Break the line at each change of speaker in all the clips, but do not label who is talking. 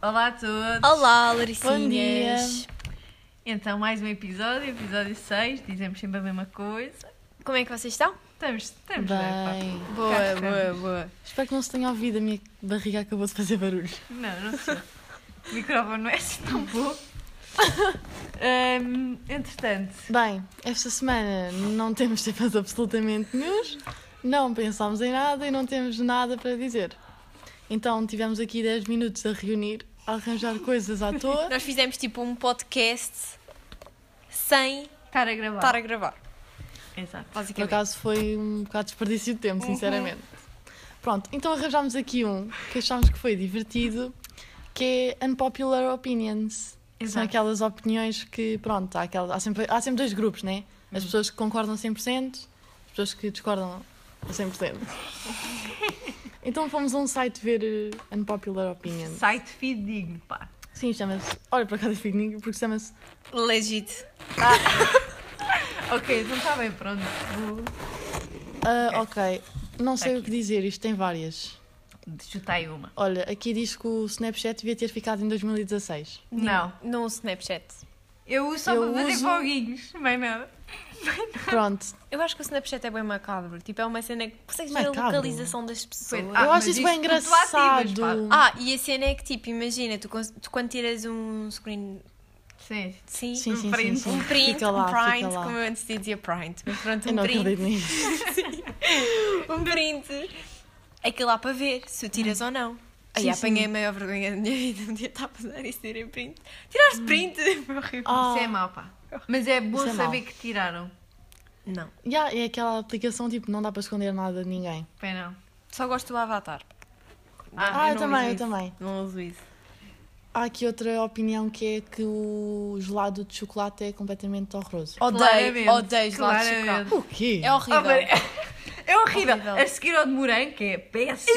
Olá a todos!
Olá, Laricinhas!
Bom dia.
Então, mais um episódio, episódio 6, dizemos sempre a mesma coisa.
Como é que vocês estão?
Estamos, estamos bem,
Bem.
pá. Cá
Boa,
estamos.
boa, boa.
Espero que não se tenha ouvido, a minha barriga acabou de fazer barulho.
Não, não sei. O microfone não é assim tão bom. Ahm, entretanto,
Bem, esta semana não temos temas absolutamente nenhums, não pensámos em nada e não temos nada para dizer. Então tivemos aqui 10 minutos a reunir, a arranjar coisas à toa.
Nós fizemos tipo um podcast sem
estar a gravar.
estar a gravar,
Exato.
Por
basicamente.
acaso foi um bocado desperdício de tempo, sinceramente. Pronto, então arranjámos aqui um que achámos que foi divertido, que é Unpopular Opinions. São
Exato.
aquelas opiniões que, pronto, há, aquelas, há, sempre, há sempre dois grupos, né?
Uhum.
As pessoas que concordam 100%, as pessoas que discordam a 100%. então fomos a um site ver eh, Unpopular Opinions.
Site fidedigno, pá.
Sim, chama-se. Olha para cada fininho, porque chama-se.
Legit. Tipo,
Ok, então está bem, pronto. Vou...
É.
Ah, ok, não sei o que dizer, isto tem várias.
Chutei uma.
Olha, aqui diz que o Snapchat devia ter ficado em 2016.
Não.
Não o Snapchat.
Eu uso só
Eu
para fazer
uso-
foguinhos, mais nada.
Pronto,
Eu acho que o Snapchat é bem macabro. Tipo, é uma cena que consegues ver a
Macabro?
localização das pessoas.
Pois, ah,
eu
mas
acho isso bem
isto tu ativas, pá.
engraçado.
Ah, e a cena é que tipo, imagina, tu, cons- tu quando tiras um screen.
Sim, sim.
Sim,
Sim, sim, sim,
print,
sim.
um print,
Fica lá,
um
fica
print,
lá.
como eu antes dizia print, mas pronto,
Eu
um
não
print.
acredito nisso.
um print. Aquilo lá para ver se o tiras ou não. Aí
Sim,
apanhei
sim.
a maior vergonha da minha vida. Um dia está a passar isso tirar em print. Tiraste print! Foi horrível.
Ah,
Isso é mau, pá. Mas é bom
Isso é
saber
mau.
que tiraram.
Não.
yeah, é aquela aplicação tipo, não dá para esconder nada de ninguém.
Pé não.
Só gosto do avatar.
Ah, eu,
não
também,
uso
eu
isso.
também.
Não uso isso.
Há aqui outra opinião que é que o gelado de chocolate é completamente horroroso.
Odeio,
Claramente,
odeio gelado de
claramente.
chocolate.
O quê?
É horrível.
Oh, mas- é horrível.
Horrível.
A seguir ao de morango, que é péssimo.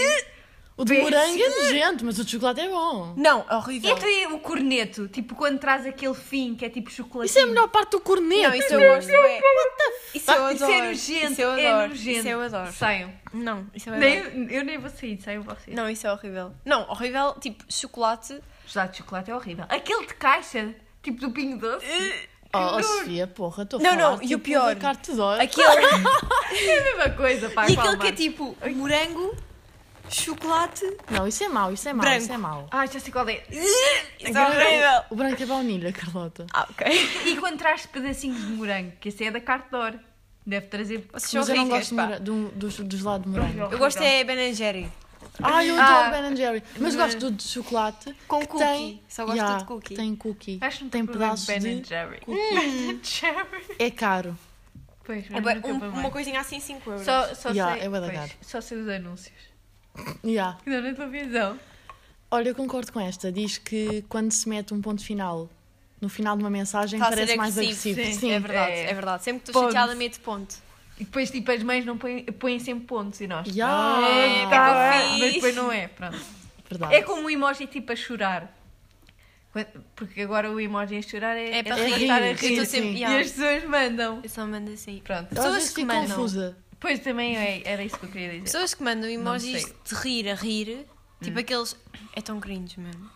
O de
Vê-se.
morango é nojento, mas o de chocolate é bom.
Não, é horrível.
E tem o corneto, tipo quando traz aquele fim que é tipo chocolate.
Isso é a melhor parte do corneto.
Não, isso eu gosto. É... Isso eu adoro.
Isso é nojento,
Isso eu
é
adoro.
nojento.
Isso eu adoro.
Saiam.
Não, isso eu adoro.
Nem, eu nem vou sair, saiam vocês.
Não, isso é horrível. Não, horrível, tipo, chocolate.
Gelado de chocolate é horrível. Aquele de caixa, tipo do pingo doce.
Uh.
Oh, oh
nojo.
Sofia, porra, estou a
Não,
falar.
não, e o
tipo,
pior?
da Carte de ouro.
Aquele.
É a mesma coisa, pá.
E
palmar.
aquele que é tipo morango, chocolate.
Não, isso é mau, isso é mau,
Branco.
isso é mau.
Ah, já sei qual é.
Isso é horrível.
O branco é baunilha, Carlota.
Ah, ok.
E quando traz pedacinhos de morango, que esse é da Cartdor. Deve trazer.
Vocês são
Mas eu não
ricas,
gosto de
pá.
mora- do, do, do gelado de morango.
Eu gosto é Ben Jerry.
Ah, eu
Ah.
adoro Ben Jerry.
Mas-
Mas gosto do de chocolate.
Com
que
cookie.
Tem...
Só gosto
Yeah,
de cookie.
que Tem cookie.
Acho que não
tem pedaços
Ben
de...
and Jerry.
cookie.
Ben and Jerry.
É caro.
Pois, mas
Agora,
nunca
um-
para mais.
uma coisinha assim, 5 euros.
Só, só,
Yeah,
sei,
é bué da
pois,
caro.
só sei os anúncios.
Yeah.
Que dão na televisão.
Olha, eu concordo com esta. Diz que quando se mete um ponto final no final de uma mensagem
Está a ser
parece mais
agressivo,
agressivo.
sim.
é verdade,
É.
é, verdade. Sempre que estou
Ponto.
chateada, meto ponto.
E depois, tipo, as mães não põem, põem sempre pontos e nós.
Ya,
É,
Tá
que eu
bem,
fiz.
mas depois não é, pronto.
Verdade.
É como um emoji tipo a chorar. Quando- Porque agora o emoji a chorar é,
É para
só
rir.
estar a
Eu
rir.
estou sempre-
E
yeah.
as pessoas mandam.
Eu só mando assim.
Pronto.
Eu às vezes
pessoas que
fico
mandam.
confusa.
Depois também é- era isso que eu queria dizer.
Pessoas que mandam
Não
emojis
sei.
de rir a rir, tipo aqueles. É tão cringe mesmo.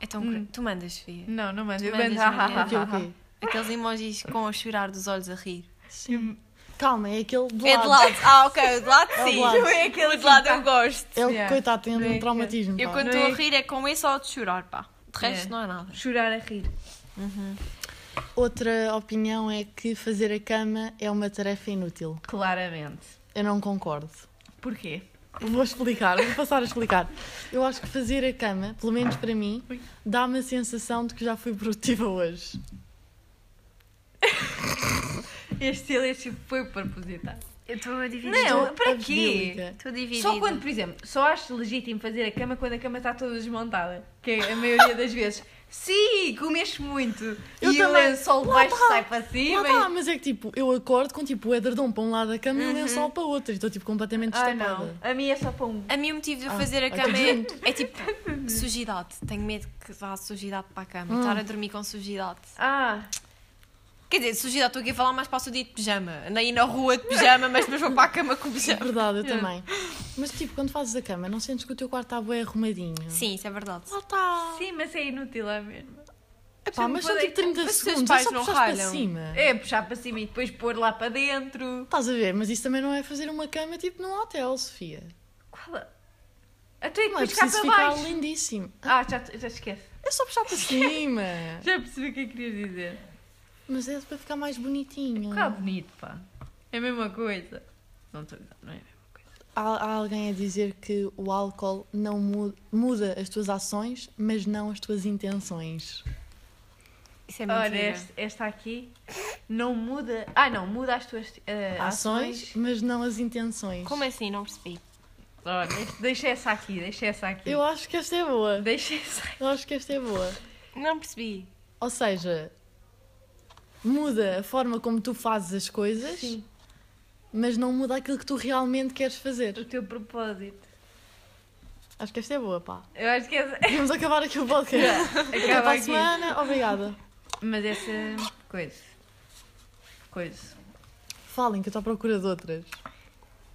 É tão cringe. Tu mandas, Fia.
Não, não mando.
Tu
Eu
mandas
mando. ah,
Maria.
ah, ah,
Porque
ah,
é o
ah.
quê?
Aqueles emojis com o chorar dos olhos a rir.
Calma, é aquele do
É de lado. Ah, ok, o de lado
o de
sim.
lado.
Não é aquele de lado eu gosto.
Ele,
Yeah.
coitado, tem
Não é
um
aquele.
traumatismo.
Eu
pá.
quando
Não
estou
é-
a rir é com esse ou de chorar, pá. De resto
É.
não é nada.
Chorar a rir.
Outra opinião é que fazer a cama é uma tarefa inútil.
Claramente.
Eu não concordo.
Porquê?
Vou explicar, vou passar a explicar. Eu acho que fazer a cama, pelo menos para mim, dá-me a sensação de que já fui produtiva hoje.
Este silêncio foi propositado.
Eu estou a dividir.
Não,
Estou
para
absbílica.
quê?
Estou dividida.
Só quando, por exemplo, só acho legítimo fazer a cama quando a cama está toda desmontada. Que é a maioria das vezes. Sim, comeste muito.
Eu
e
também.
o lençol de
Lá
baixo
tá.
sai para
Lá
cima.
tá,
e-
mas é que tipo, eu acordo com tipo o edredom para um lado da cama e o lençol para o outro. E estou tipo completamente
Ah,
destapada.
não. A minha é só para um.
A mim o motivo de eu fazer a
ok.
cama é, é tipo Hum. sujidade. Tenho medo que vá sujidade para a cama. Estar a dormir com sujidade.
Ah,
Quer dizer, sugiro, estou aqui a falar, mas passo o dia de pijama. Andei aí na rua de pijama, mas depois vou para a cama com
É
pijama.
verdade, eu também. Mas tipo, quando fazes a cama, não sentes que o teu quarto está bem arrumadinho?
Sim, isso é verdade.
Lá está.
Sim, mas é inútil é mesmo.
Pá, mas são tipo 30
Mas os teus
segundos.
pais
é só
não
puxares para
ralham.
cima.
É puxar para cima e depois pôr lá para dentro.
Estás a ver? Mas isso também não é fazer uma cama tipo num hotel, Sofia.
Qual a... Até
Não é
depois cá
preciso
para
ficar
baixo.
lindíssimo.
Ah, já, já esquece.
É só puxar para cima.
Já percebi o que é que querias dizer.
Mas é para ficar mais bonitinho.
Qual bonito, pá. É a mesma coisa. Não estou a gozar, não é?
Há, há alguém a dizer que o álcool não muda, muda as tuas ações, mas não as tuas intenções.
Isso é
Olha,
mentira.
esta, esta aqui não muda. Ah, não, muda as tuas eh,
Ações,
ações.
mas não as intenções.
Como assim? Não percebi.
Olha, este- deixa essa aqui, deixa essa aqui.
Eu acho que esta é boa.
Deixa essa aqui.
Eu acho que esta é boa.
Não percebi.
Ou seja, muda a forma como tu fazes as coisas,
Sim.
mas não muda aquilo que tu realmente queres
O
fazer.
teu propósito.
Acho que esta é boa, pá.
Eu acho que essa.
Vamos acabar aqui o podcast. Até
Acaba
para a
aqui.
semana. Obrigada.
Mas essa. coisa. Coisa.
Falem que eu estou à procura de outras.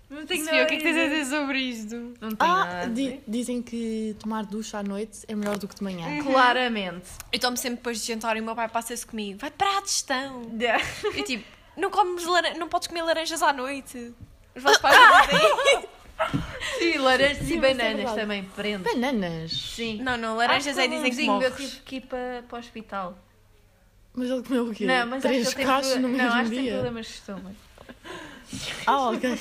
Não tenho
Sofia,
nada
o que é que tens a
dizer.
dizer sobre isto?
Não tenho nada.
Ah,
a
di-
dizer.
dizem que tomar ducha à noite é melhor do que de manhã.
Claramente.
Eu tomo sempre depois de jantar e o meu pai passa-se comigo. Vai para a digestão.
Da-
Eu tipo, não, comes laran... não podes comer laranjas à noite. Os vossos pais não têm.
Sim, laranjas
Sim,
e
mas é
bananas
verdade.
também prende.
Bananas.
Sim.
Não, não, laranjas
Acho
é
houve um
dizem que
vizinho meu
morres.
tive que ir para, para o hospital.
Mas ele comeu o quê?
Não, mas
Três
acho que ele tem
cachos
pro-
no mesmo
Não, acho que tem
dia?
problemas de estômago.
Ah, ok.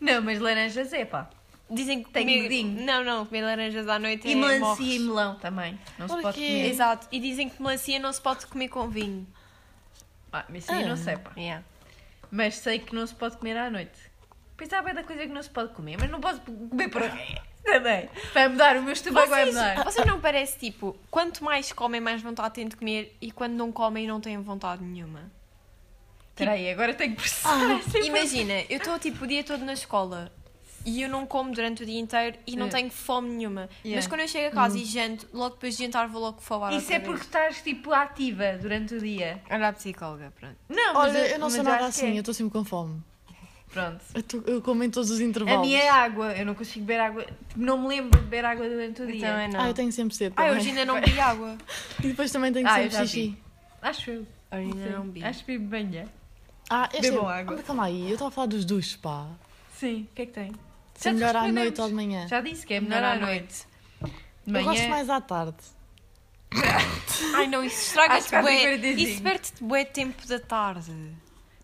Não, mas laranjas é pá.
Dizem que
Tem
comer-
dedinho.
Não, não, comer laranjas à noite
E
é
melancia e
morres.
melão também. Não se
Por
pode
quê?
comer.
Exato. E dizem que melancia não se pode comer com vinho.
Ah, mas isso aí
Ah.
não sei, pá.
Yeah.
Mas sei que não se pode comer à noite. Pensava é da coisa que não se pode comer, mas não posso comer para quê? Também. Vai mudar, o meu estômago vai
Vocês,
mudar.
vocês é não parece tipo, quanto mais comem, mais vontade têm de comer e quando não comem, não têm vontade nenhuma?
Espera aí, agora tenho que processar. essa
Imagina, eu estou tipo o dia todo na escola e eu não como durante o dia inteiro e não
Yeah.
tenho fome nenhuma.
Yeah.
Mas quando eu chego a casa e janto, logo depois de jantar vou logo falar.
Isso é porque estás tipo ativa durante o dia.
Olha a psicóloga, pronto.
Não, mas
Olha, eu não sou
mas
nada
acho que
assim,
é.
eu estou sempre com fome.
Pronto.
Eu, tô- eu como em todos os
A
intervalos.
minha é água, eu não consigo beber água. Tipo, Não me lembro de beber água durante o
Eu
dia.
também não.
Ah, eu tenho sempre sede
Ah,
também.
hoje ainda não bebi água.
E depois também tenho
Ah, eu
sempre
já vi.
xixi.
Acho eu.
Hoje ainda
Sim.
não bebi.
Acho que é. bebo banha.
Ah, esta
Bebam
é...
água.
Ah, calma aí, eu estava a falar dos duches, pá.
Sim, o que é que tem?
Se é
te
melhor à
respondemos.
noite ou de manhã.
Já disse que é melhor à noite. De
Eu gosto
manhã.
mais à tarde.
Ai não, isso
Acho que
estraga-te
há
bué.
primeirizinho.
Isso perde-te bué tempo da tarde.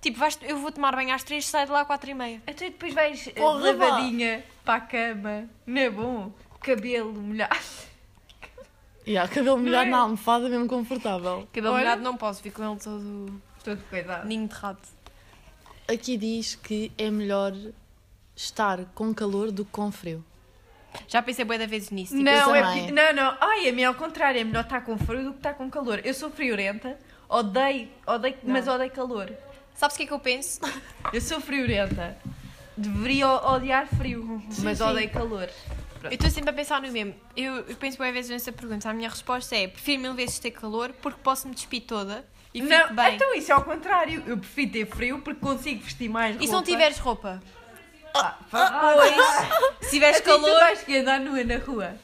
Tipo, vais, eu vou tomar banho às 3, saio de lá às 4 e meia.
Até depois vais eh, de
Porra, vá.
lavadinha para a cama. Não é bom? Cabelo molhado.
E há cabelo molhado
é?
na almofada, mesmo confortável.
Cabelo
Olha.
molhado não posso, fico com ele todo
Todo cuidado.
ninho de rato.
Aqui diz que é melhor estar com calor do que com frio.
Já pensei bué da vezes nisso. Tipo,
Não, é
também.
pi- não, não. Ai, a mim é ao contrário. É melhor estar com frio do que estar com calor. Eu sou friorenta, odeio, odeio mas odeio calor.
Sabes o que é que eu penso?
Eu sou friorenta. Deveria o- odiar frio, mas
sim.
odeio calor.
Eu estou sempre a pensar no mesmo. Eu, eu penso bem vezes nessa pergunta. A minha resposta é: prefiro mil vezes ter calor porque posso me despir toda e fico
não,
bem.
então isso é ao contrário. Eu prefiro ter frio porque consigo vestir mais roupa. Ah,
E se não tiveres roupa?
Pois.
Se tiveres
Calor. ah, Tu
calor,
vais que andar nua na rua.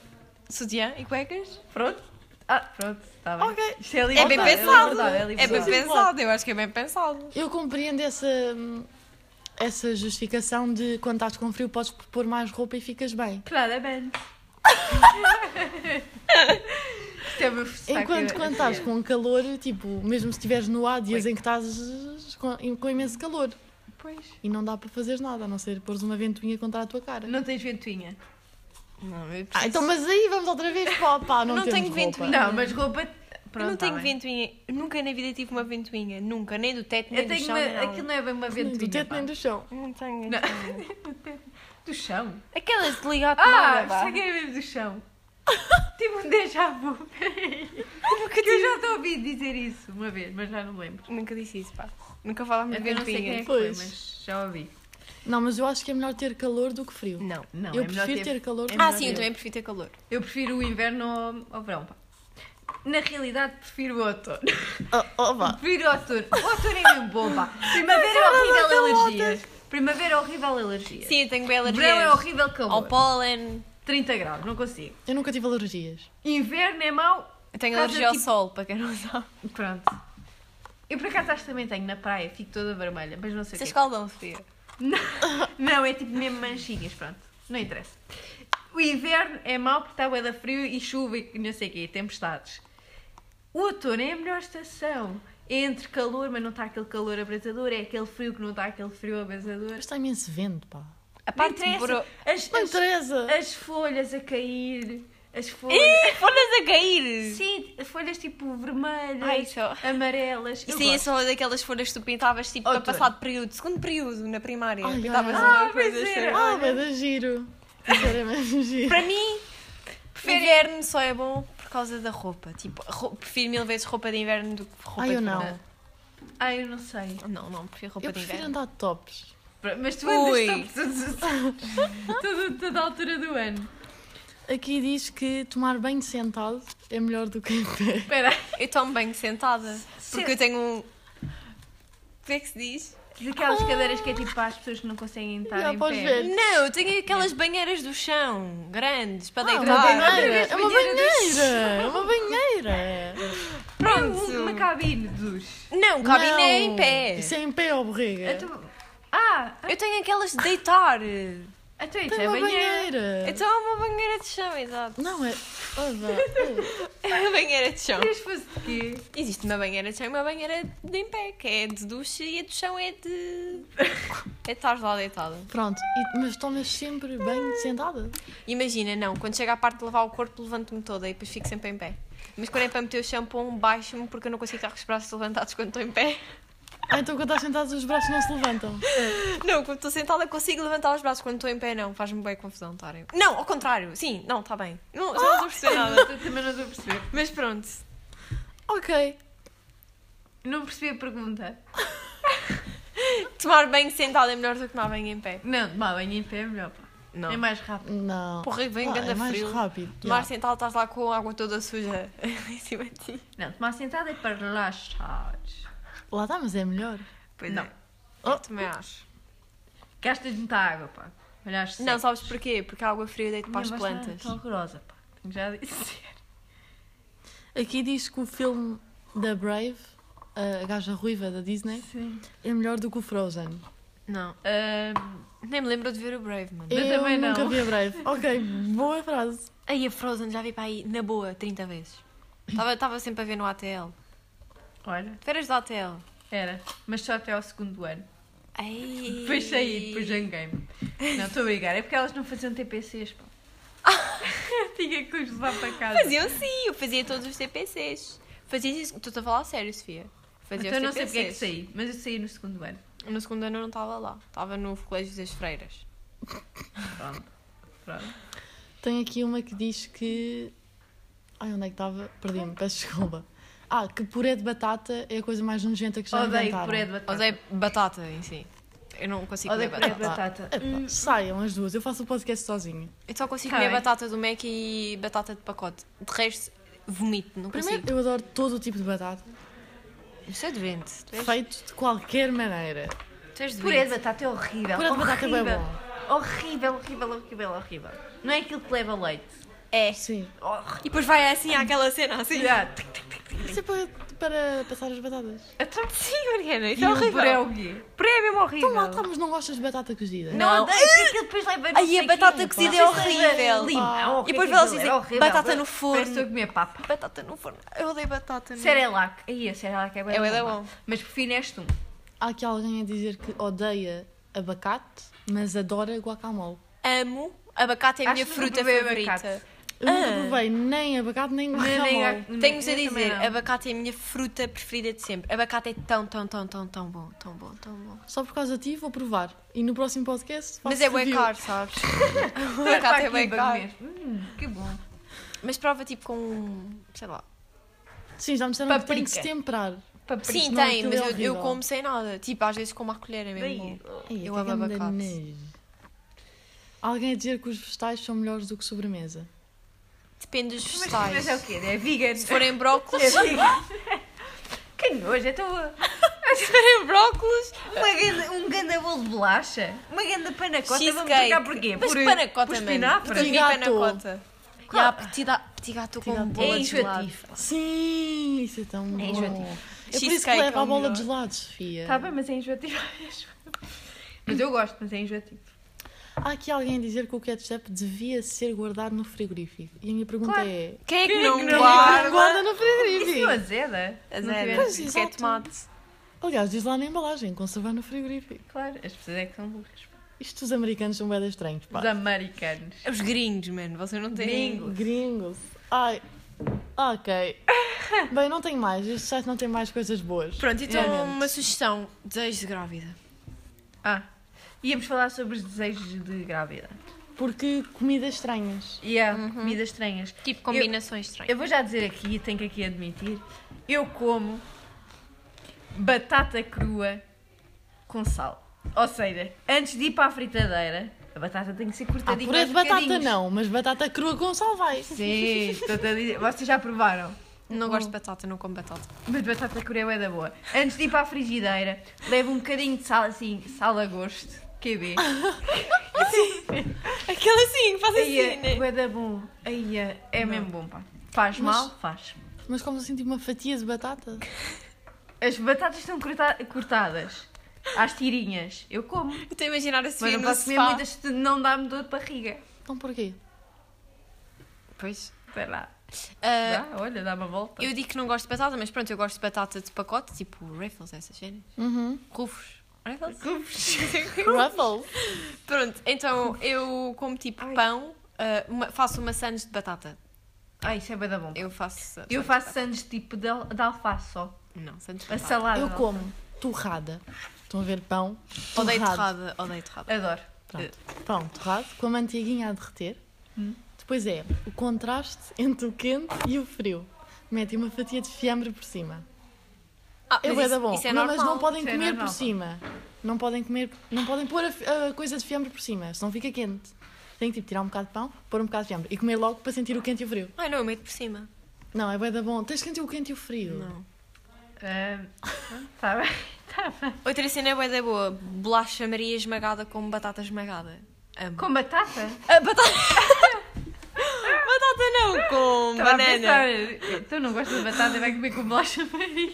sutiã e cuecas?
Pronto? Ah, pronto. Está bem.
Ok.
Isto é
É
liberdade.
bem
É,
pensado.
liberdade,
É bem
liberdade.
pensado, eu acho que é bem pensado.
Eu compreendo essa, essa justificação de quando estás com frio podes pôr mais roupa e ficas bem.
Claramente. Isto é o meu sotaque.
Enquanto quando estás com
é.
calor, tipo, mesmo se estiveres no ar, dias em que estás com, com imenso calor
Pois.
e não dá para fazer nada, a não ser pôres uma ventoinha contra a tua cara.
Não tens ventoinha.
Não, eu
Ah, então, mas aí vamos outra vez para pá, não,
Eu não
temos
tenho
roupa.
ventoinha.
Não, mas roupa. Pronto,
eu não
tá
tenho
bem.
ventoinha. Nunca na vida tive uma ventoinha. Nunca. Nem do teto, nem
Eu
do
tenho
chão.
uma...
nem nada.
Aquilo não é bem uma
Nem do
ventoinha.
teto
pá.
nem do chão.
Não tenho.
Não.
ventoinha.
Do chão?
Aquelas de ligar a
Ah,
tomada, vá.
cheguei mesmo do chão. Tive um déjà vu. Porque eu já te ouvi dizer isso uma vez, mas já não me lembro.
Nunca disse isso, pá. Nunca falámos de
Eu não sei quem é
ventoinha.
que foi,
Pois.
mas já ouvi.
Não, mas eu acho que é melhor ter calor do que frio.
Não.
Não,
eu
é melhor
prefiro ter, calor
é
do que
melhor
Ah,
frio.
sim, eu também prefiro ter calor.
Eu prefiro o inverno ao, ao verão, pá. Na realidade, prefiro o outono.
Oh, oh, vá.
Prefiro o outono. O outono é mesmo bom, pá. Primavera é horrível alergias. Primavera é horrível alergias.
Sim, eu tenho bem alergias.
Verão é horrível
Ao
calor.
pólen.
30 graus, não consigo.
Eu nunca tive alergias.
Inverno é mau.
Eu tenho
Casa
alergia ao
tipo-
sol, para quem não sabe.
Pronto. Eu por acaso acho que também tenho na praia, fico toda vermelha, mas não sei
Isso é
o quê.
escaldão, Sofia.
Não, não, é tipo mesmo manchinhas, pronto. Não interessa. O inverno é mau porque está bué da frio e chuva e não sei o quê, tempestades. O outono é a melhor estação. É entre calor, mas não está aquele calor abrasador, é aquele frio que não está aquele frio abrasador.
Mas está imenso vento, pá.
A
Não
parte de
interessa.
bro...
As,
Não
as,
interessa.
as folhas a cair, as folhas...
Ih, folhas a cair!
Sim, folhas tipo vermelhas,
Ai, só-
amarelas. Eu
Isso aí é
gosto.
só daquelas folhas que tu pintavas tipo
Outono.
para passar de período, segundo período na primária.
Ai,
pintavas
ai,
uma
ai. Ah,
coisa
pois
assim.
era.
Ah, vai dar giro. Sinceramente, é giro.
Para mim, inverno só é bom por causa da roupa. Tipo, ro- prefiro mil vezes roupa de inverno do que roupa
Ai,
de
eu não.
verão.
Ai, eu não sei.
Não, não, prefiro roupa
Eu
de
prefiro
inverno.
andar de tops.
Mas tu
Ui.
andas todos- toda, toda a altura do ano.
Aqui diz que tomar banho sentado é melhor do que em pé.
Espera aí.
Eu tomo banho sentada. Porque eu tenho um. Como é que se diz?
Daquelas
Ah.
cadeiras que é tipo para as pessoas que não conseguem estar
Já
em
para os
pé.
velhos.
Não, eu tenho aquelas banheiras do chão, grandes, para
Ah, uma
deitar.
banheira. É uma
banheira
banheira. É uma banheira.
Pronto.
Pronto.
uma cabine dos...
Não, cabine é em
Não.
pé.
Isso é em pé, ó borrega.
Então- Ah,
Eu tenho aquelas de deitar.
então isso
Tem
é
uma
banheiro.
banheira.
Então é uma banheira de chão, exato.
Não, é... Oh, vá.
É uma banheira de chão.
Querias fosse de quê?
Existe uma banheira de chão e uma banheira de em pé, que é de ducha e a de chão é de. É de estar lá deitada.
Pronto, e- mas tomas sempre banho sentada?
Imagina, não, quando chega à parte de lavar o corpo, levanto-me toda e depois fico sempre em pé. Mas quando é para meter o shampoo, baixo-me porque eu não consigo estar com os braços levantados quando estou em pé.
Ah, então quando estás sentada os braços não se levantam.
Não, quando estou sentada consigo levantar os braços, quando estou em pé não, faz-me bem confusão estar em... Não, ao contrário, sim, não, está bem. Não, já não estou a perceber nada.
Eu também não estou a perceber.
Mas pronto,
Ok.
Não percebi a pergunta.
tomar banho sentado é melhor do que tomar banho em pé.
Não, tomar banho em pé é melhor. pá.
Não.
É mais rápido.
Não.
Porra, vem
Ah,
ganda
é mais
frio.
rápido.
Tomar
já.
sentado estás lá com a água toda suja em cima de ti.
Não, tomar sentada é para relaxar.
Lá está, mas é melhor.
Pois
Não.
é.
Oh.
Eu também acho.
Gastas muita água, pá. Olhaste
Não, sabes porquê? Porque a água fria deita para as plantas.
Está tá horrorosa, pá. Tenho já de dizer.
Aqui diz que o filme da Brave, a gaja ruiva da Disney,
Sim.
é melhor do que o Frozen.
Não.
Ahm,
Nem me lembro de ver o Brave, mano.
Eu também não.
nunca vi a Brave. Ok, boa frase.
Aí a Frozen já vi para aí, na boa, 30 vezes. Estava sempre a ver no ATL.
olha,
Férias do ATL.
era. Mas só até ao segundo ano.
Ai.
Depois saí, depois janguei-me. Não, estou a brigar. É porque elas não faziam TPCs, pá. Tinha que os levar para casa.
Faziam sim, eu fazia todos os TPCs. Fazia isso. Estou a falar a sério, Sofia. Fazia
então
os
não sei porque é que
TPCs.
saí, mas eu saí no segundo ano.
No segundo ano eu não estava lá. Estava no Colégio das Freiras.
Pronto. Pronto.
Tem aqui uma que diz que. Ai, onde é que estava? Perdi-me, peço desculpa. Ah, que puré de batata é a coisa mais nojenta que já
Odeio
inventaram.
puré de batata.
Odeio batata em si. Eu não consigo
Odeio
comer
puré de
batata.
batata.
Epá, saiam as duas, eu faço o podcast sozinha.
Eu só consigo
Tá
comer
bem.
batata do Mac e batata de pacote. De resto, vomito, não
Primeiro,
consigo.
eu adoro todo o tipo de batata,
Isso é doente. Tu és,
feito de qualquer maneira.
tu és
Puré de
doente.
batata é horrível.
Puré de batata é bem
horrível. Horrível, horrível, horrível, horrível. Não é aquilo que leva leite.
É.
Sim.
Horrível.
E depois vai assim àquela cena assim.
Yeah.
Isso é para, para passar as batatas.
Então,
Sim, Mariana, isso
e
é
o
horrível.
puré é o quê? Puré é mesmo horrível.
Então lá está, mas não gostas de batata cozida?
Não,
Não.
odeio, porque aquilo depois leva não
Ai,
sei
a batata
quê, pá.
cozida é
Não sei se leva
horrível.
limão, ou o
E depois
que é que
vê-los
aquilo
dizer,
é, horrível.
assim, "Batata no forno."
Parece que estou a comer papa.
Batata no forno. Eu odeio batata. não.
Cerelac. Aí, a Cerelac é bem
É bué da bom.
Mas prefineste um.
Há aqui alguém a dizer que odeia abacate, mas adora guacamole.
Amo. Abacate é a
Acho
minha
que nunca
fruta
provei
favorita.
abacate.
Eu nunca provei nem abacate nem guacamole.
Tenho-vos Ah. a
Eu também
dizer,
não.
abacate é a minha fruta preferida de sempre. Abacate é tão, tão, tão, tão, tão bom. Tão bom, tão bom.
Só por causa de ti vou provar. E no próximo podcast faço
Mas é bem
review.
caro, sabes?
Vai para
abacate é
aqui
bem
para
caro.
comer. Hum, que bom.
Mas prova tipo com. sei lá.
Sim, já me disseram que tem que se
Paprika.
temperar.
Paprika.
Sim,
senão
tem,
aquilo
mas
é
eu, eu
horrível.
como sem nada. Tipo, às vezes como uma colher é mesmo.
Bem,
bom.
Ei,
Eu
até
amo
que anda
abacate.
nojo. Alguém a dizer que os vegetais são melhores do que sobremesa.
depende dos
Mas, mas
vegetais.
é o quê? É vegan?
Se forem brócolis,
É vegan. que nojo, é tua.
se forem é um brócolis,
Uma ganda, um ganda bolo de bolacha? Uma ganda panacota? Vamos
cheesecake.
trocar por quê?
Mas
por,
panacota,
por
mano.
espinafre?
Eu também
Petit
vi panacota. E
Claro.
há petit ga- petit gato com
gato.
É
bola de gelado.
enjoativo.
Sim, isso é tão bom.
enjoativo.
É por isso que
Cheesecake é
leva
o
a bola
melhor. Tá
de gelados, Sofia.
Está bem, mas é enjoativo. é enjoativo. Mas eu gosto, mas é enjoativo.
Há aqui alguém a dizer que o ketchup devia ser guardado no frigorífico. E a minha pergunta
Claro.
é...
Quem é que
Quem é que
não
não
guarda? é
Guarda no
Isso não
frigorífico!
azeda? Se não
Zero.
tiver-
Pois,
Isso é
exato.
tomate.
Aliás, diz lá na embalagem, conservar no frigorífico.
Claro, as pessoas é que são burras.
Isto os americanos são bem estranhos, pá.
Os americanos.
Os gringos, mano. Vocês não têm...
Gringos.
Gringos. Ai, ok. Bem, não tem mais. Este site não tem mais coisas boas.
Pronto, então
Realmente.
uma sugestão. Desejo de grávida.
Ah, íamos falar sobre os desejos de grávida.
Porque comidas estranhas.
E há
Uhum.
comidas estranhas.
Tipo combinações estranhas.
Eu vou já dizer aqui, tenho que aqui admitir, eu como batata crua com sal. Ou seja, antes de ir para a fritadeira, a batata tem que ser
Ah,
cortadinha
purê
aos
de batata
bocadinhos.
não, mas batata crua com sal vai.
Sim, estou-te a dizer. Vocês já provaram?
Não gosto de batata, não como batata.
Mas batata crua é da boa. Antes de ir para a frigideira, levo um bocadinho de sal, assim, sal a gosto, é QB.
Aquela assim, faz
Aí é, é da bom. Aí é, é mesmo bom, pá. Faz
Mas-
mal? Faz.
Mas como assim, tipo uma fatia de batata?
As batatas estão corta- cortadas às tirinhas. Eu como.
Estou a imaginar a
Mas
Sofia
não
no
posso comer
sofá.
muitas, se não dá-me dor de barriga.
Então porquê?
Pois.
Espera lá.
Ah,
Dá, olha, dá uma volta.
eu digo que não gosto de batata, mas pronto, eu gosto de batata de pacote, tipo Raffles, essas cenas.
Uhum.
Rufos. Raffles?
Ruffles.
Pronto, então eu como tipo pão, ah, uma- faço uma sandes de batata.
Ai, isso é bem da bom.
Eu faço.
Eu faço sandes tipo de, al- de alface só.
Ah, Não, sandes de
A
batata.
salada.
Eu
de
como torrada. Estão a ver pão?
Odeio
torrado.
torrada, odeio torrada.
alface. Adoro.
Pão torrado com a manteiguinha a derreter.
Hum.
Depois é o contraste entre o quente e o frio. Metem uma fatia de fiambre por cima.
Ah,
É
mas
bué da
isso-
bom.
isso é
não, mas
normal.
não podem
isso é
comer por
normal.
cima. Não podem comer, não podem pôr a, fi- a coisa de fiambre por cima, senão fica quente. Tem que tipo, tirar um bocado de pão, pôr um bocado de fiambre e comer logo para sentir o quente e o frio.
Ai não, eu meto por cima.
Não, é bué da bom. Tens que sentir o quente e o frio.
Não.
Está bem. Ah, Tá bem.
Outra cena é bué da boa. Bolacha Maria esmagada com batata esmagada. Amo.
Com batata?
Ah, batata... batata não, com
Estava a
banana.
pensar. Tu não gostas de batata, vai comer com bolacha Maria.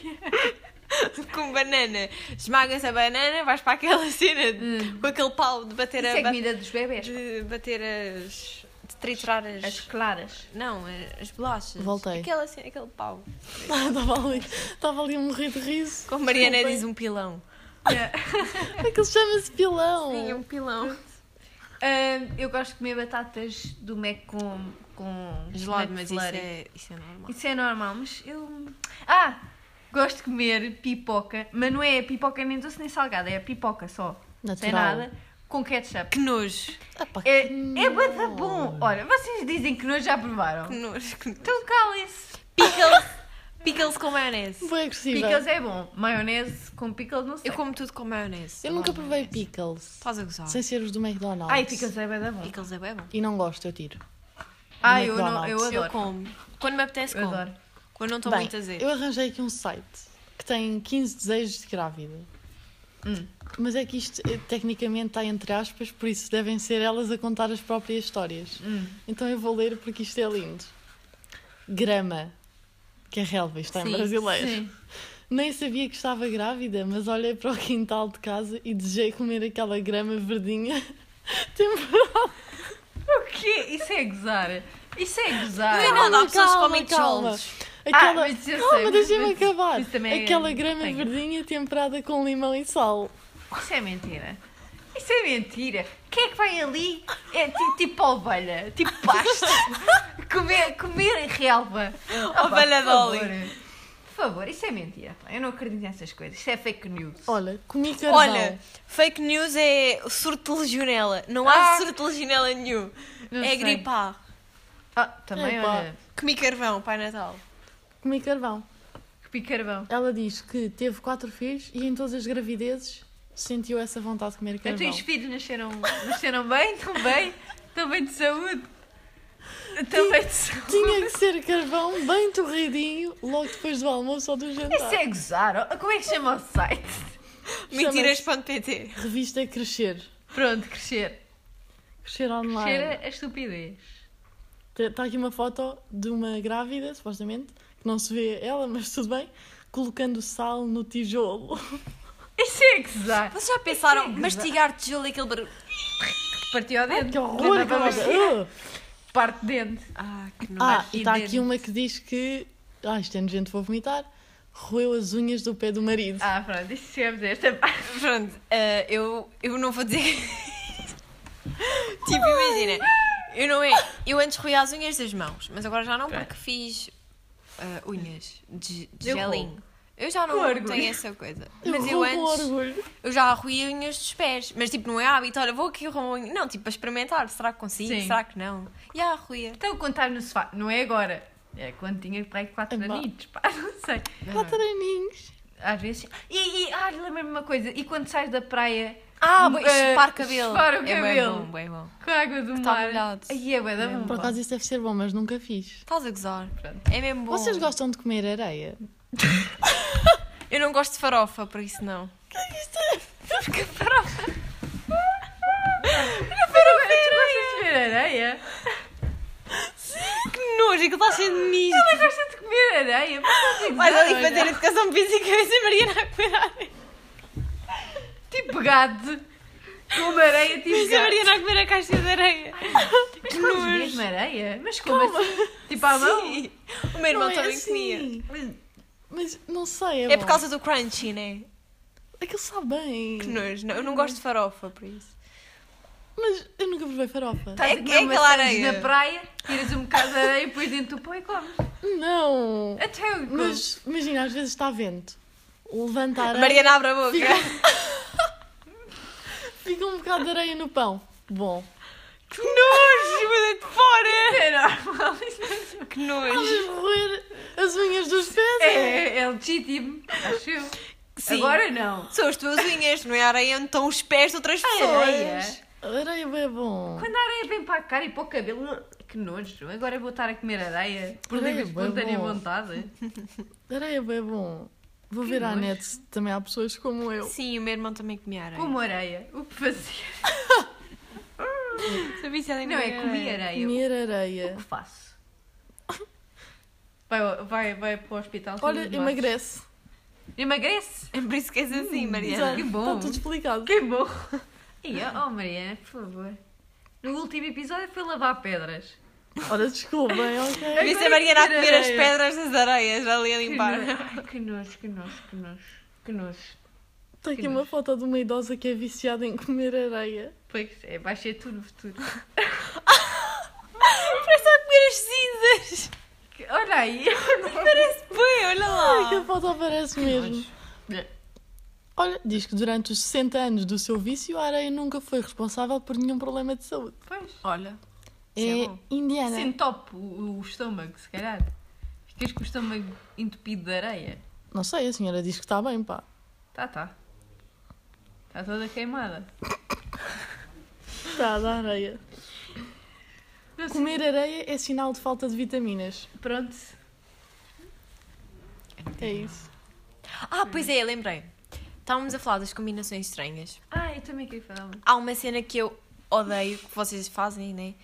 Com banana. Esmagas a banana, vais para aquela cena de- com aquele pau de bater
Hum. Isso
a...
é
ba-
comida dos bebés.
De bater as... De triturar as...
As claras.
Não, a- as bolachas.
Voltei.
Aquela cena, aquele pau.
Estava ali, estava ali a morrer de riso.
Como Mariana
Desculpem.
diz, um pilão.
Aquilo chama-se pilão.
Sim, um pilão.
Ahn, eu gosto de comer batatas do Mac com, com
Gelado, mas isso
McFlurry.
é, isso é normal.
Isso é normal, mas eu... Ah! Gosto de comer pipoca, mas não é pipoca nem doce nem salgada, é pipoca só. Sem
Natural.
nada. Com ketchup.
Que nojo.
Ah, pá,
É,
que
é bué da
nojo.
bom. Olha, vocês dizem que nós já provaram.
Que nojo. Que nojo.
Então calem-se.
Pickles, pickles com maionese.
Bué agressiva.
Pickles é bom. Maionese com pickles não sei.
Eu como tudo com maionese.
Eu nunca
Adoro
provei
maionese.
pickles.
Estás a gozar.
Sem ser os do McDonald's.
Ai, pickles é bué da bom.
Pickles é bem bom.
E não gosto, eu tiro.
Ai, eu, não,
McDonald's.
eu adoro.
Eu como. Quando me apetece,
Eu
como.
adoro.
Quando não estou
Bem,
muito a dizer.
Eu arranjei aqui um site que tem 15 desejos de grávida.
Hum.
Mas é que isto eh, tecnicamente está entre aspas, por isso devem ser elas a contar as próprias histórias.
Hum.
Então eu vou ler porque isto é lindo. Grama, que é relva, isto é em
Sim,
brasileiro.
Sim.
Nem sabia que estava grávida, mas olhei para o quintal de casa e desejei comer aquela grama verdinha temporal.
O quê? Isso é gozar. Isso é gozar.
Não é nada, há pessoas que
calma,
comem
calma.
tijolos.
Ah,
Aquela...
mas eu sei.
Calma, deixa-me
mas-
acabar.
isso também é-
Aquela grama
tenho.
verdinha temperada com limão e sal.
Isso é mentira. Isso é mentira. Quem é que vai ali? É ti- tipo ovelha, tipo pasto. comer, comer relva. pá,
Ovelha
por favor.
Dolly.
Por favor, isso é mentira. pá. Eu não acredito nessas coisas. Isso é fake news.
Olha, comi carvão.
Olha, fake news é surto de legionela. Não há
Ah.
surto de legionela nenhum.
Não
é
sei.
gripar.
Ah, também
Epá.
olha.
Comi carvão, Pai Natal.
comi carvão.
Que picarvão.
Ela diz que teve quatro filhos e em todas as gravidezes sentiu essa vontade de comer
Eu
carvão.
tenho filhos, nasceram, nasceram bem, estão bem, estão bem de saúde. Também de saúde.
Tinha que ser carvão bem torradinho logo depois do almoço ou do
Isso
jantar.
é gozar. ó. Como é que chama o site?
Mentiras.pt
Revista Crescer.
Pronto, crescer.
Crescer online.
Crescer é a estupidez.
Está aqui uma foto de uma grávida, supostamente, que não se vê ela, mas tudo bem, colocando sal no tijolo.
Isso é gozar.
Vocês já pensaram mastigar tijolo e aquele barulho?
Partiu ao dente.
Que horror! que horror.
Parte dente.
Ah, que não.
Ah,
mais
e está aqui
idêntico.
uma que diz que. Ah, isto é nojento, vou vomitar. Roeu as unhas do pé do marido.
Ah, pronto, isso chegamos a esta parte.
Pronto, ah, eu, eu não vou dizer. tipo, imagina. Eu não é. Eu antes roía as unhas das mãos, mas agora já não porque fiz ah, unhas de, de
Eu roubo.
gelinho. Eu já não
Com orgulho.
tenho essa coisa.
Eu
Mas eu
roubo o
antes.
orgulho.
Eu já arruí unhas dos pés, mas tipo, não é hábito, olha, vou aqui arrumar unha. Não, tipo, para experimentar, será que consigo?
Sim.
Será que não? Já arruía.
Então, contar no sofá. Não é agora. É quando tinha para aí 4
É má.
aninhos, pá, não sei.
Quatro aninhos.
Às vezes. E, e ah, lembro-me uma coisa. E quando sais da praia
Ah,
Hum,
boi-
eh,
chupar cabelo.
chupar o
É bem
cabelo.
bom, bem bom.
com a água do
Está
mar.
molhado.
Aí é bué da
Por
bomba.
acaso isso deve ser bom, mas nunca fiz.
Estás a gozar.
Pronto.
É mesmo bom.
Vocês gostam de comer areia?
Eu não gosto de farofa, por isso não.
Que farofa! Não, farofa tu gostas de comer areia?
Que nojo, é que está cheio de misto.
Ela gosta de comer areia?
Mas ali
olha.
fazer educação física e sem Mariana a comer areia.
Tipo gado. Como areia, tipo
Sem a
gado.
Mariana a comer a caixa de areia.
Mas comes
nojo.
mesmo areia? Mas como assim? Tipo à mão?
Sim. O meu irmão
é
também
assim.
comia.
Mas não sei, é,
É
bom.
por causa do crunchy, né?
Aquilo sabe bem.
Que nojo. Não, eu não gosto de farofa, por isso.
Mas eu nunca provei farofa.
Estás
É-
a comer
é aquela
maçãs
areia.
na praia, tiras um bocado de areia e pões dentro do pão e comes.
Não.
É
Até
tipo-
eu como.
Mas imagina, às vezes está vento. Levanta a
A
areia,
Mariana abre a boca.
fica um bocado de areia no pão. Bom.
Que nojo, mas é de fora.
É normal. isso não-
Que nojo.
Eles roer as unhas dos pés.
É, é legítimo, acho eu.
Sim.
Agora não.
São as tuas unhas, não é a areia onde estão os pés de outras pessoas.
Areia.
Areia bem bom.
Quando a areia vem É para a cara e para o cabelo, que nojo. Agora vou estar a comer areia por
Areia
livre e
é bué
espontânea
bom.
vontade.
Areia bem bom. Vou
Que
ver à
nojo.
net se também há pessoas como eu.
Sim, o meu irmão também comia areia.
Como areia. O que fazia?
Sou viciada em
Não, é comer areia. O
Comer areia.
que faço? Vai, vai, vai para o hospital.
Olha,
tudo embaixo.
emagrece.
Emagrece?
É por isso que és assim, Mariana.
Exato. que bom.
Está tudo explicado.
Que bom. E eu, oh Mariana, por favor. No último episódio foi lavar pedras.
Ora, desculpem, ok.
Viste a
Agora
Mariana a
comer
comer as
areia.
pedras das areias, ali a
Que
limpar.
nojo. Ai, que nojo, que nojo, que nojo. Que nojo.
Tem aqui uma foto de uma idosa que é viciada em comer areia.
Pois é, vai ser tu no futuro.
Parece a comer as cinzas.
Que- Olha aí.
Parece bem, olha
Ah,
Ai, que a
lá.
foto aparece mesmo. Olha, diz que durante os 60 anos do seu vício, a areia nunca foi responsável por nenhum problema de saúde.
Pois.
Olha.
É,
Isso é bom.
indiana.
Sim, top o, o estômago, se calhar. Ficas com o estômago entupido de areia.
Não sei, a senhora diz que está bem, pá.
Tá, tá. Está toda queimada.
Está da areia.
Não sei.
Comer areia é sinal de falta de vitaminas.
Pronto.
É isso.
Ah, pois é, lembrei. Estávamos a falar das combinações estranhas.
Ah, eu também queria falar. uma.
Há uma cena que eu odeio, que vocês fazem, né?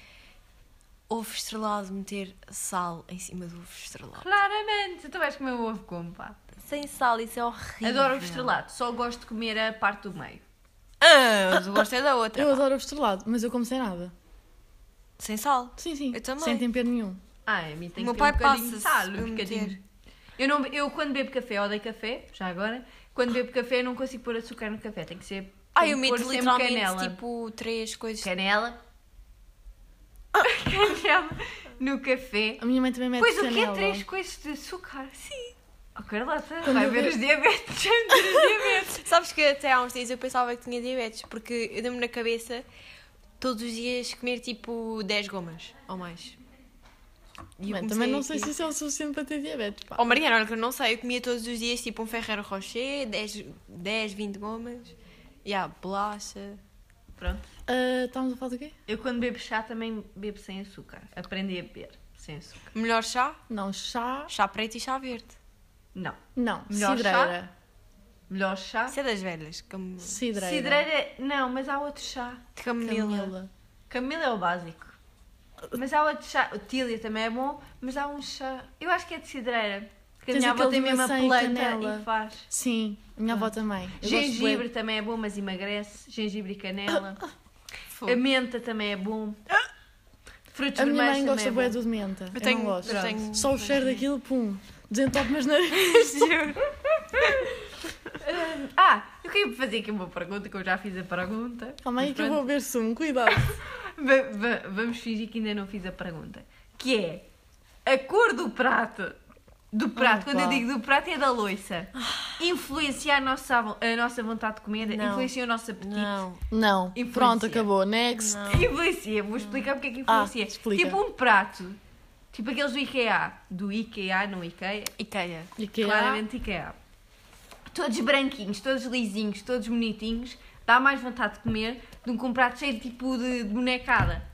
Ovo estrelado, meter sal em cima do ovo estrelado.
Claramente, tu vais comer o ovo como, pá.
Sem sal, isso é horrível.
Adoro ovo estrelado, só gosto de comer a parte do meio.
Ah, mas eu gosto é da
Tá
outra.
Eu adoro ovo estrelado, mas eu como sem nada.
Sem sal.
Sim, sim.
Eu também.
Sem tempero nenhum.
Ah, a mim tem
O meu
que ter
pai
um bocadinho de
passa-se
sal,
a
um
meter.
bocadinho. Eu, não, eu quando bebo café, odeio café, já agora. Quando bebo café, não consigo pôr açúcar no café, tem que ser.
Ah,
tem
eu
que
meto
pôr sempre
literalmente
canela.
tipo três coisas.
Canela. Ah. Canela no café.
A minha mãe também mete
Pois o que
canela.
é três coisas de açúcar? Sim. Oh, Carlota,
Quando
vai
eu
ver
vejo-
os diabetes. ver os diabetes.
Sabes que até há uns dias eu pensava que tinha diabetes, porque eu dei-me na cabeça todos os dias comer tipo 10 gomas ou mais. E eu
Mãe,
comecei
também não
a-
sei se isso é o suficiente para ter diabetes, pá.
Oh Mariana, olha que eu não sei, eu comia todos os dias tipo um Ferrero Rocher, 10, 10 20 gomas, e há bolacha.
Pronto.
Ah, estávamos a falar do quê?
Eu quando bebo chá também bebo sem açúcar. Aprendi a beber sem açúcar.
Melhor chá?
Não, chá.
Chá preto e chá verde.
Não.
Não,
Melhor
cidreira.
Melhor chá.
Isso é das velhas. Cam...
Cidreira.
Cidreira, não, mas há outro chá.
De Camomila.
Camila.
Camila é o básico. Mas há outro chá. O tília também é bom, mas há um chá. Eu acho que é de cidreira. Que a
Tens
minha avó
aquele
tem
de
mesmo a
maçã e
planta
canela.
e faz.
Sim, a minha avó também. Eu gosto
Ah. Gengibre
bué- Ah,
também é bom, mas emagrece. Gengibre e canela.
Fogo.
A menta também é bom. Frutos
A
vermelhos
minha mãe
também
gosta
é
bué
bom.
do de menta. Eu,
Eu tenho,
não gosto.
eu
Pronto.
tenho...
Só o cheiro daquilo, pum, desentope mas nariz.
Ah, eu queria fazer aqui uma pergunta, que eu já fiz a pergunta.
Calma aí
Mas
que eu
pronto.
vou beber sumo, cuidado.
Va- va- vamos fingir que ainda não fiz a pergunta. Que é a cor do prato. Do prato,
Oh,
quando eu
pá.
digo do prato é da loiça.
Ah.
Influencia a nossa, vo- a nossa vontade de comer,
Não.
influencia o nosso
um
apetite.
Não.
Não,
Influencia.
pronto, acabou. Next.
Influencia, vou explicar porque é que
Ah,
influencia.
explica.
tipo um prato, tipo aqueles do IKEA. Do IKEA, não IKEA.
Ikea.
Ikea.
Claramente IKEA. Todos branquinhos, todos lisinhos, todos bonitinhos, dá mais vontade de comer do que um prato cheio de tipo de bonecada.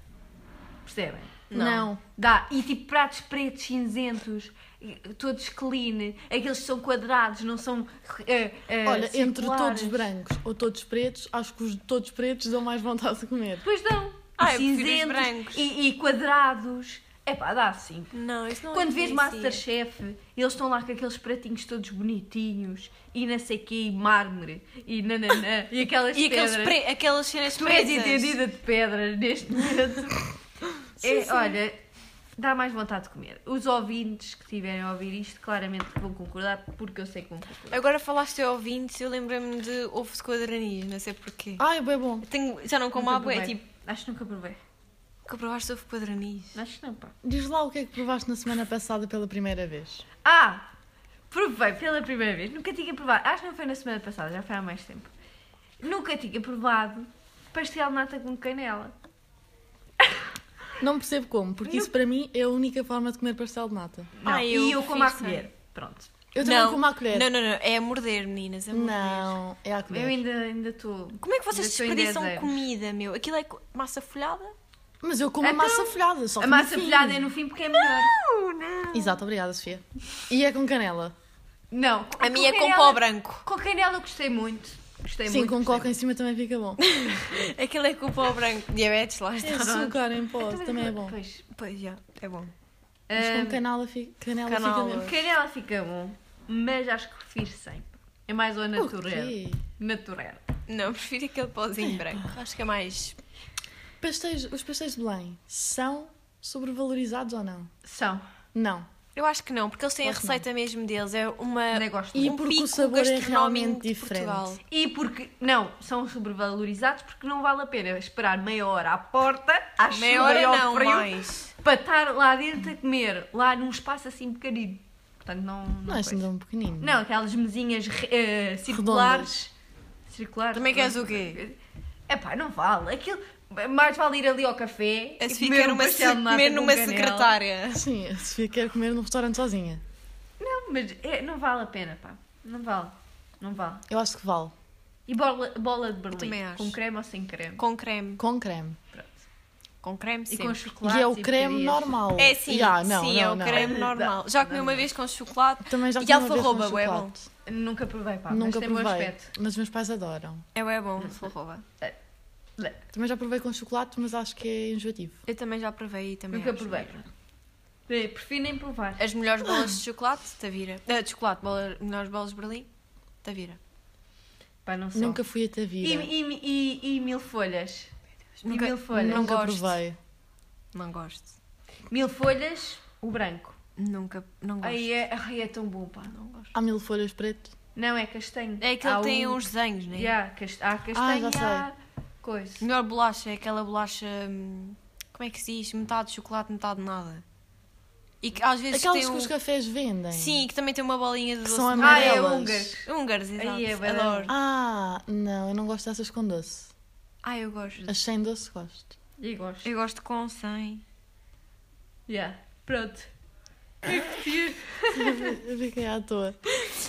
Percebem?
Não.
Dá. E tipo pratos pretos, cinzentos, e- todos clean, aqueles que são quadrados, não são. eh, eh,
Olha, entre
circulares.
todos brancos ou todos pretos, acho que os de todos pretos dão mais vontade de comer.
Depois dão.
Ah,
Os
eu prefiro os brancos.
e, e quadrados. É pá, dá sim.
Não, isso não é
Quando vês
influencia.
Masterchef, eles estão lá com aqueles pratinhos todos bonitinhos e não sei quê, e mármore, e nananã, e aquelas
E
pedras.
aqueles pre... aquelas cenas
Tu és
pretas.
entendida de pedras neste momento. É, Olha, dá mais vontade de comer. Os ouvintes que estiverem a ouvir isto, claramente que vão concordar, porque eu sei que vão concordar.
Agora falaste de ouvintes, eu lembrei-me de ovo de quadranis, não sei porquê.
Ai, é bem bom.
Ah, Tenho, já não como
Nunca
há bué,
provei.
tipo,
Acho que nunca provei.
que provaste ovo de quadranis.
Acho que não, pá.
Diz lá o que é que provaste na semana passada pela primeira vez.
Ah! Provei pela primeira vez. Nunca tinha provado. Acho que não foi na semana passada, já foi há mais tempo. Nunca tinha provado pastel de nata com canela.
Não percebo como, porque isso para mim é a única forma de comer pastel de nata.
Não.
Ah, eu
e eu como a
fiz,
comer. Pronto.
Eu também como à colher.
Não, não, não, é a morder, meninas, a morder.
Não, é à colher.
Eu ainda ainda estou.
Como é que vocês
Ainda estou em 10
desperdiçam
anos.
comida, meu? Aquilo é co- massa folhada?
Mas eu como a
Então,
massa folhada, só
A
que no
massa
fim.
folhada é no fim porque é melhor.
Não, não.
Exato, obrigada, Sofia. E é com canela.
Não.
A minha é com
canela-
pó branco.
Com canela eu gostei muito. Gostei
Sim,
É muito.
com
gostei
coca em cima também fica bom.
Aquilo é com pó branco. Diabetes, lá
É
está.
açúcar em pó,
muito. Então,
também é bom.
Pois.
Pois, já, é bom.
Mas
Ahm,
com canela fica, canela
Canela.
fica mesmo.
Hum, canela é fica bom, mas acho que prefiro sempre. É mais ao natural.
Ok.
Natural.
Não, prefiro aquele pozinho branco. Acho que é mais...
Pastéis, os pastéis de Belém são sobrevalorizados ou não?
São.
Não.
Eu acho que não, porque eles têm a
Acho que
receita mesmo deles. É uma...
Nem gosto
E
um
porque o
pico
sabor é
gastronómico
realmente
de
diferente.
Portugal.
E porque, não, são sobrevalorizados porque não vale a pena esperar meia hora à porta, à
Meia
chuva e
hora
ao
não,
frio,
mais.
para estar lá dentro a comer, lá num espaço assim pequenino. Portanto, não...
Não é assim
coisa.
tão pequenino.
não aquelas mesinhas re- eh, circulares. Circulares.
Também queres o quê?
É pá, não vale. Aquilo, mais vale ir ali ao café
A
e
Sofia
comer
quer
um
uma,
pastel
É se...
de nata
comer
com
numa
canela.
secretária.
Sim, a Sofia quer comer num restaurante sozinha.
Não, mas é, não vale a pena, pá. Não vale. Não vale.
Eu acho que vale.
E bola, bola de
também
berlim,
acho.
com creme ou sem creme?
Com creme.
Com creme.
Com creme,
E
sim.
com chocolate
e é o creme
normal.
normal.
tipo, É sim,
Já, Ah, não,
sim,
não,
é o
não.
creme normal. Já comi uma vez com chocolate
Também já
e
comi uma vez
alfarroba,
com
é bom. Ah,
chocolate.
Nunca provei, pá,
Nunca
mas tem bom
provei,
aspecto.
mas meus pais adoram.
É bué
Hum.
bom, alfarroba.
Também já provei com chocolate, mas acho que é enjoativo.
Eu também já provei e também
Nunca
acho
provei.
bom.
Eh, Prefiro nem provar.
As melhores bolas de chocolate, Tavira. Ah, de chocolate, bola, melhores bolas de Berlim, Tavira.
Pá, não sei.
Nunca fui a
E,
Tavira.
e, e, e mil folhas.
Nunca-
e mil folhas.
não
Nunca
gosto.
provei.
Não gosto.
Mil folhas, o branco.
Nunca, não gosto.
Ai é, ai, é tão bom, pá.
Não gosto.
Há mil folhas preto.
Não, é castanho.
É aquele
Há
que tem
o-
uns desenhos, né?
Yeah, cast... Há castanho
Ah, já
e há coisa.
Melhor bolacha é aquela bolacha. hum, Como é que se diz? Metade chocolate, metade nada. E que às vezes
Aquelas
tem.
que
um-
os cafés vendem.
Sim, que também tem uma bolinha de
Que
doce.
são
de
Ah, é
amarelas.
húngaros.
Húngaros, exato.
Aí é bué da
Adoro.
Ah, não, eu não gosto dessas com doce.
Ah, eu gosto.
As sem doce gosto.
E gosto.
Eu gosto com 100.
Yeah. Pronto. Eu prefiro-
Eu fiquei à toa.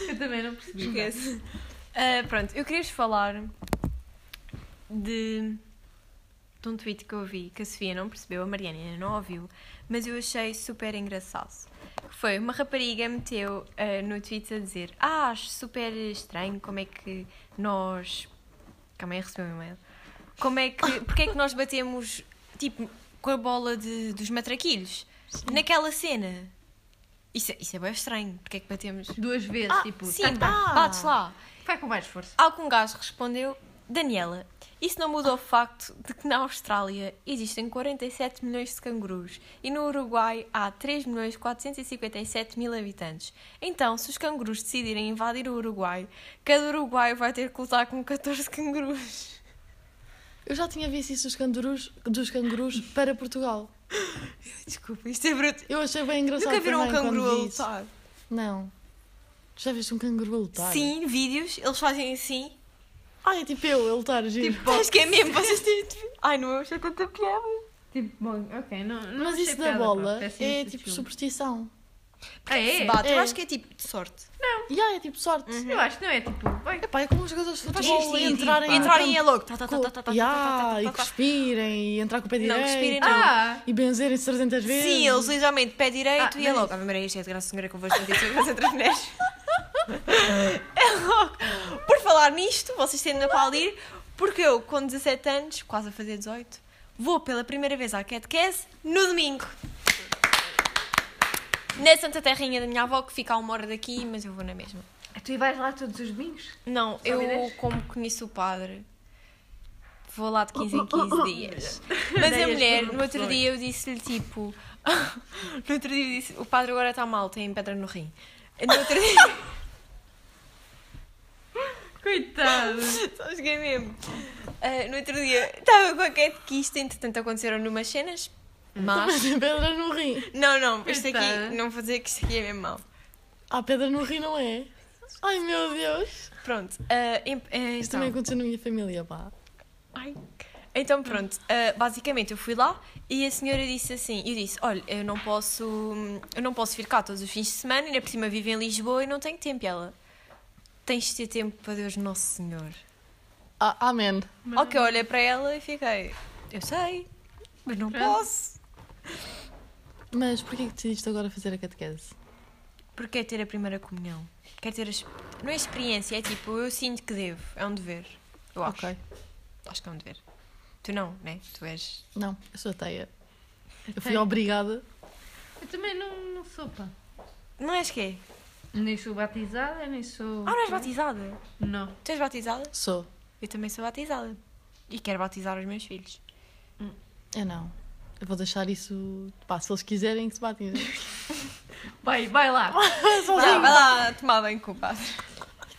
Eu também não percebi. pá.
Ah, pronto, eu queria-vos falar de de um tweet que eu vi, que a Sofia não percebeu, a Mariana ainda não ouviu, mas eu achei super engraçado. Que foi uma rapariga meteu ah, no tweet a dizer: Ah, acho super estranho como é que nós. Calma aí, recebi um e-mail. Como é que. Porque é que nós batemos, tipo, com a bola de, dos matraquilhos? Naquela cena. Isso, é- isso é bem estranho. Porque é que batemos.
Duas vezes,
Ah,
tipo,
sim,
tac, tac.
ah, bates lá.
Vai com mais esforço.
Ao que um gajo respondeu: Daniela, isso não muda o facto de que na Austrália existem 47 milhões de cangurus e no Uruguai há 3 milhões 457 mil habitantes. Então, se os cangurus decidirem invadir o Uruguai, cada uruguaio vai ter que lutar com 14 cangurus.
Eu já tinha visto isso dos cangurus, dos cangurus para Portugal.
Desculpa, isto é bruto.
Eu achei bem engraçado.
Nunca viram um
também quando
canguru a
vi isso.
lutar?
Não. Já viste um canguru a lutar?
Sim, vídeos, eles fazem assim.
Ai, tipo eu a lutar, giro.
Acho que é mesmo, vocês têm de ver. Ai, não, eu achei tanta piada.
Tipo, bom, ok, não, não
Mas
achei
isso da
piada,
bola
pronto, péssimo
é
este
tipo
filme.
superstição.
assim Ah, é?
Se bate, eu
É.
acho que é tipo de sorte.
E yeah, é tipo sorte.
Eu acho que não é tipo, vai,
Epá, é como os jogadores de
Uhum. Faz
futebol
xixi,
entrarem
tipo,
em
entrarem é
campo
logo. Tá, tá, tá,
Então, com-
tá, tá, tá,
Yeah,
tá, tá,
e
tá, tá.
cuspirem e entrar com o pé direito.
cuspirem, não.
ah,
E benzerem 300 vezes.
Sim, eles ligeiramente pé direito
Ah,
e é
mas-
logo. Ah, Maria, isto é de graça, senhora, que eu vou sentir sobre as outras mulheres. é logo. Por falar nisto, vocês têm na qual ir, porque eu, com 17 anos, quase a fazer 18, vou pela primeira vez à Cat Cass no domingo. Na Santa Terrinha da minha avó, que fica a uma hora daqui, mas eu vou na mesma.
Ah, tu vais lá todos os domingos?
Não,
Só me
eu
deixa?
como conheço o padre, vou lá de 15 em 15 dias. Mas a
Ideias
mulher,
por
no outro
pessoa.
dia eu disse-lhe tipo. no outro dia eu disse: o padre agora está mal, tem pedra no rim. No outro dia.
Coitado!
Só cheguei é mesmo. Ah, no outro dia estava com a catequista, entretanto aconteceram numas cenas, mas.
Mas a pedra no rim.
Não, não, isto aqui,
Então, Coitada.
não vou dizer que isto aqui é mesmo mau.
Ah, pedra no rim não é? Ai meu Deus.
Pronto. ah, em- ah, então-
Isto também aconteceu na minha família, pá.
Ai. Então pronto, ah, basicamente eu fui lá e a senhora disse assim, eu disse, olha, eu não posso, hum, eu não posso vir cá todos os fins de semana, ainda por cima vivo em Lisboa e não tenho tempo. E ela, tens de ter tempo para Deus Nosso Senhor.
Ah, amém.
Ok, eu olhei para ela e fiquei, eu sei, mas não
Pronto.
posso.
Mas porquê que decidiste agora fazer a catequese?
Porque é ter a primeira comunhão. Quer ter, a ex- não é experiência, é tipo, eu sinto que devo, é um dever. Eu acho,
Ok.
acho que é um dever. Tu não, né? Tu és...
Não, eu sou ateia. Eu fui
Ateia?
obrigada.
Eu também não, não sou, pá.
Não és quê?
Nem sou batizada, nem sou.
Ah, não és batizada?
Não.
Tu és batizada?
Sou.
Eu também sou batizada. E quero batizar os meus filhos.
Eu É, não. Eu vou deixar isso. Pá, se eles quiserem que se batem.
Vai, vai lá!
Ah, Vai, vai lá tomar bem com o padre.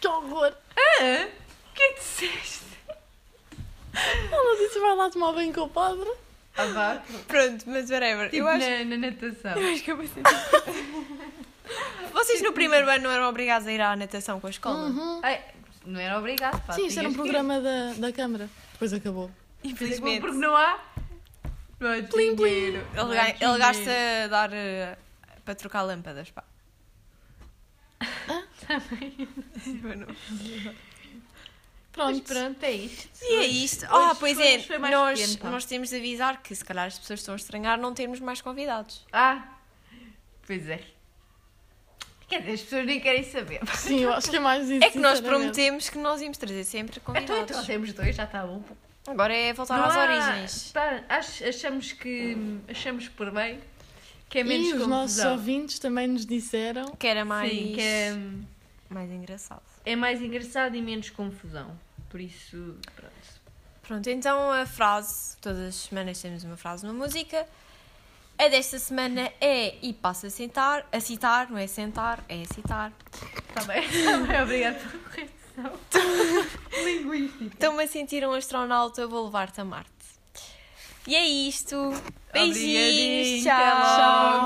que horror!
Hã? O que é que disseste?
Ela disse vai lá tomar bem com o padre.
Ah, vá.
Pronto, mas whatever.
Tipo
eu acho,
na, na natação.
eu acho que eu vou ser. Vocês no primeiro ano não eram obrigados a ir à natação com a escola?
Uhum.
Ai, não era obrigado, pá.
Sim, isto era um
tinhas que ir.
programa da, da Câmara. Depois
Mas
acabou.
é bom,
Infelizmente.
Porque não há. Não há
Plim, plim.
dinheiro, não é
Ele,
há
ga- ele
dinheiro.
gasta a dar eh, para trocar lâmpadas, pá. Eu não-
Mas
Pronto.
pronto, é isto.
E é isto.
Hoje
Ah, pois
foi-
é,
hoje foi mais
nós,
pequeno, pá.
nós temos de avisar que se calhar as pessoas estão a estranhar não termos mais convidados.
Ah, pois é. Quer dizer, as pessoas nem querem saber.
Sim, eu acho que é mais isso.
É que nós
sinceramente.
prometemos que nós íamos trazer sempre
Então,
convidados.
então temos dois, já está bom.
Agora é
Tá,
voltar
Não
às
há-
origens.
pá, ach- achamos que. Achamos por bem que é menos
E os nossos
confusão.
ouvintes também nos disseram.
Que era mais,
Sim, que é,
mais engraçado.
é mais engraçado e menos confusão. Por isso, pronto.
Pronto, então a frase, todas as semanas temos uma frase, uma música. A desta semana é e passo a sentar, a citar, não é sentar, é a citar.
Está Tá bem, está bem, obrigada pela correção. Linguística.
Estou-me a sentir um astronauta, vou levar-te a Marte. E é isto.
Obrigadinho,
Beijinhos,
até
tchau.
logo.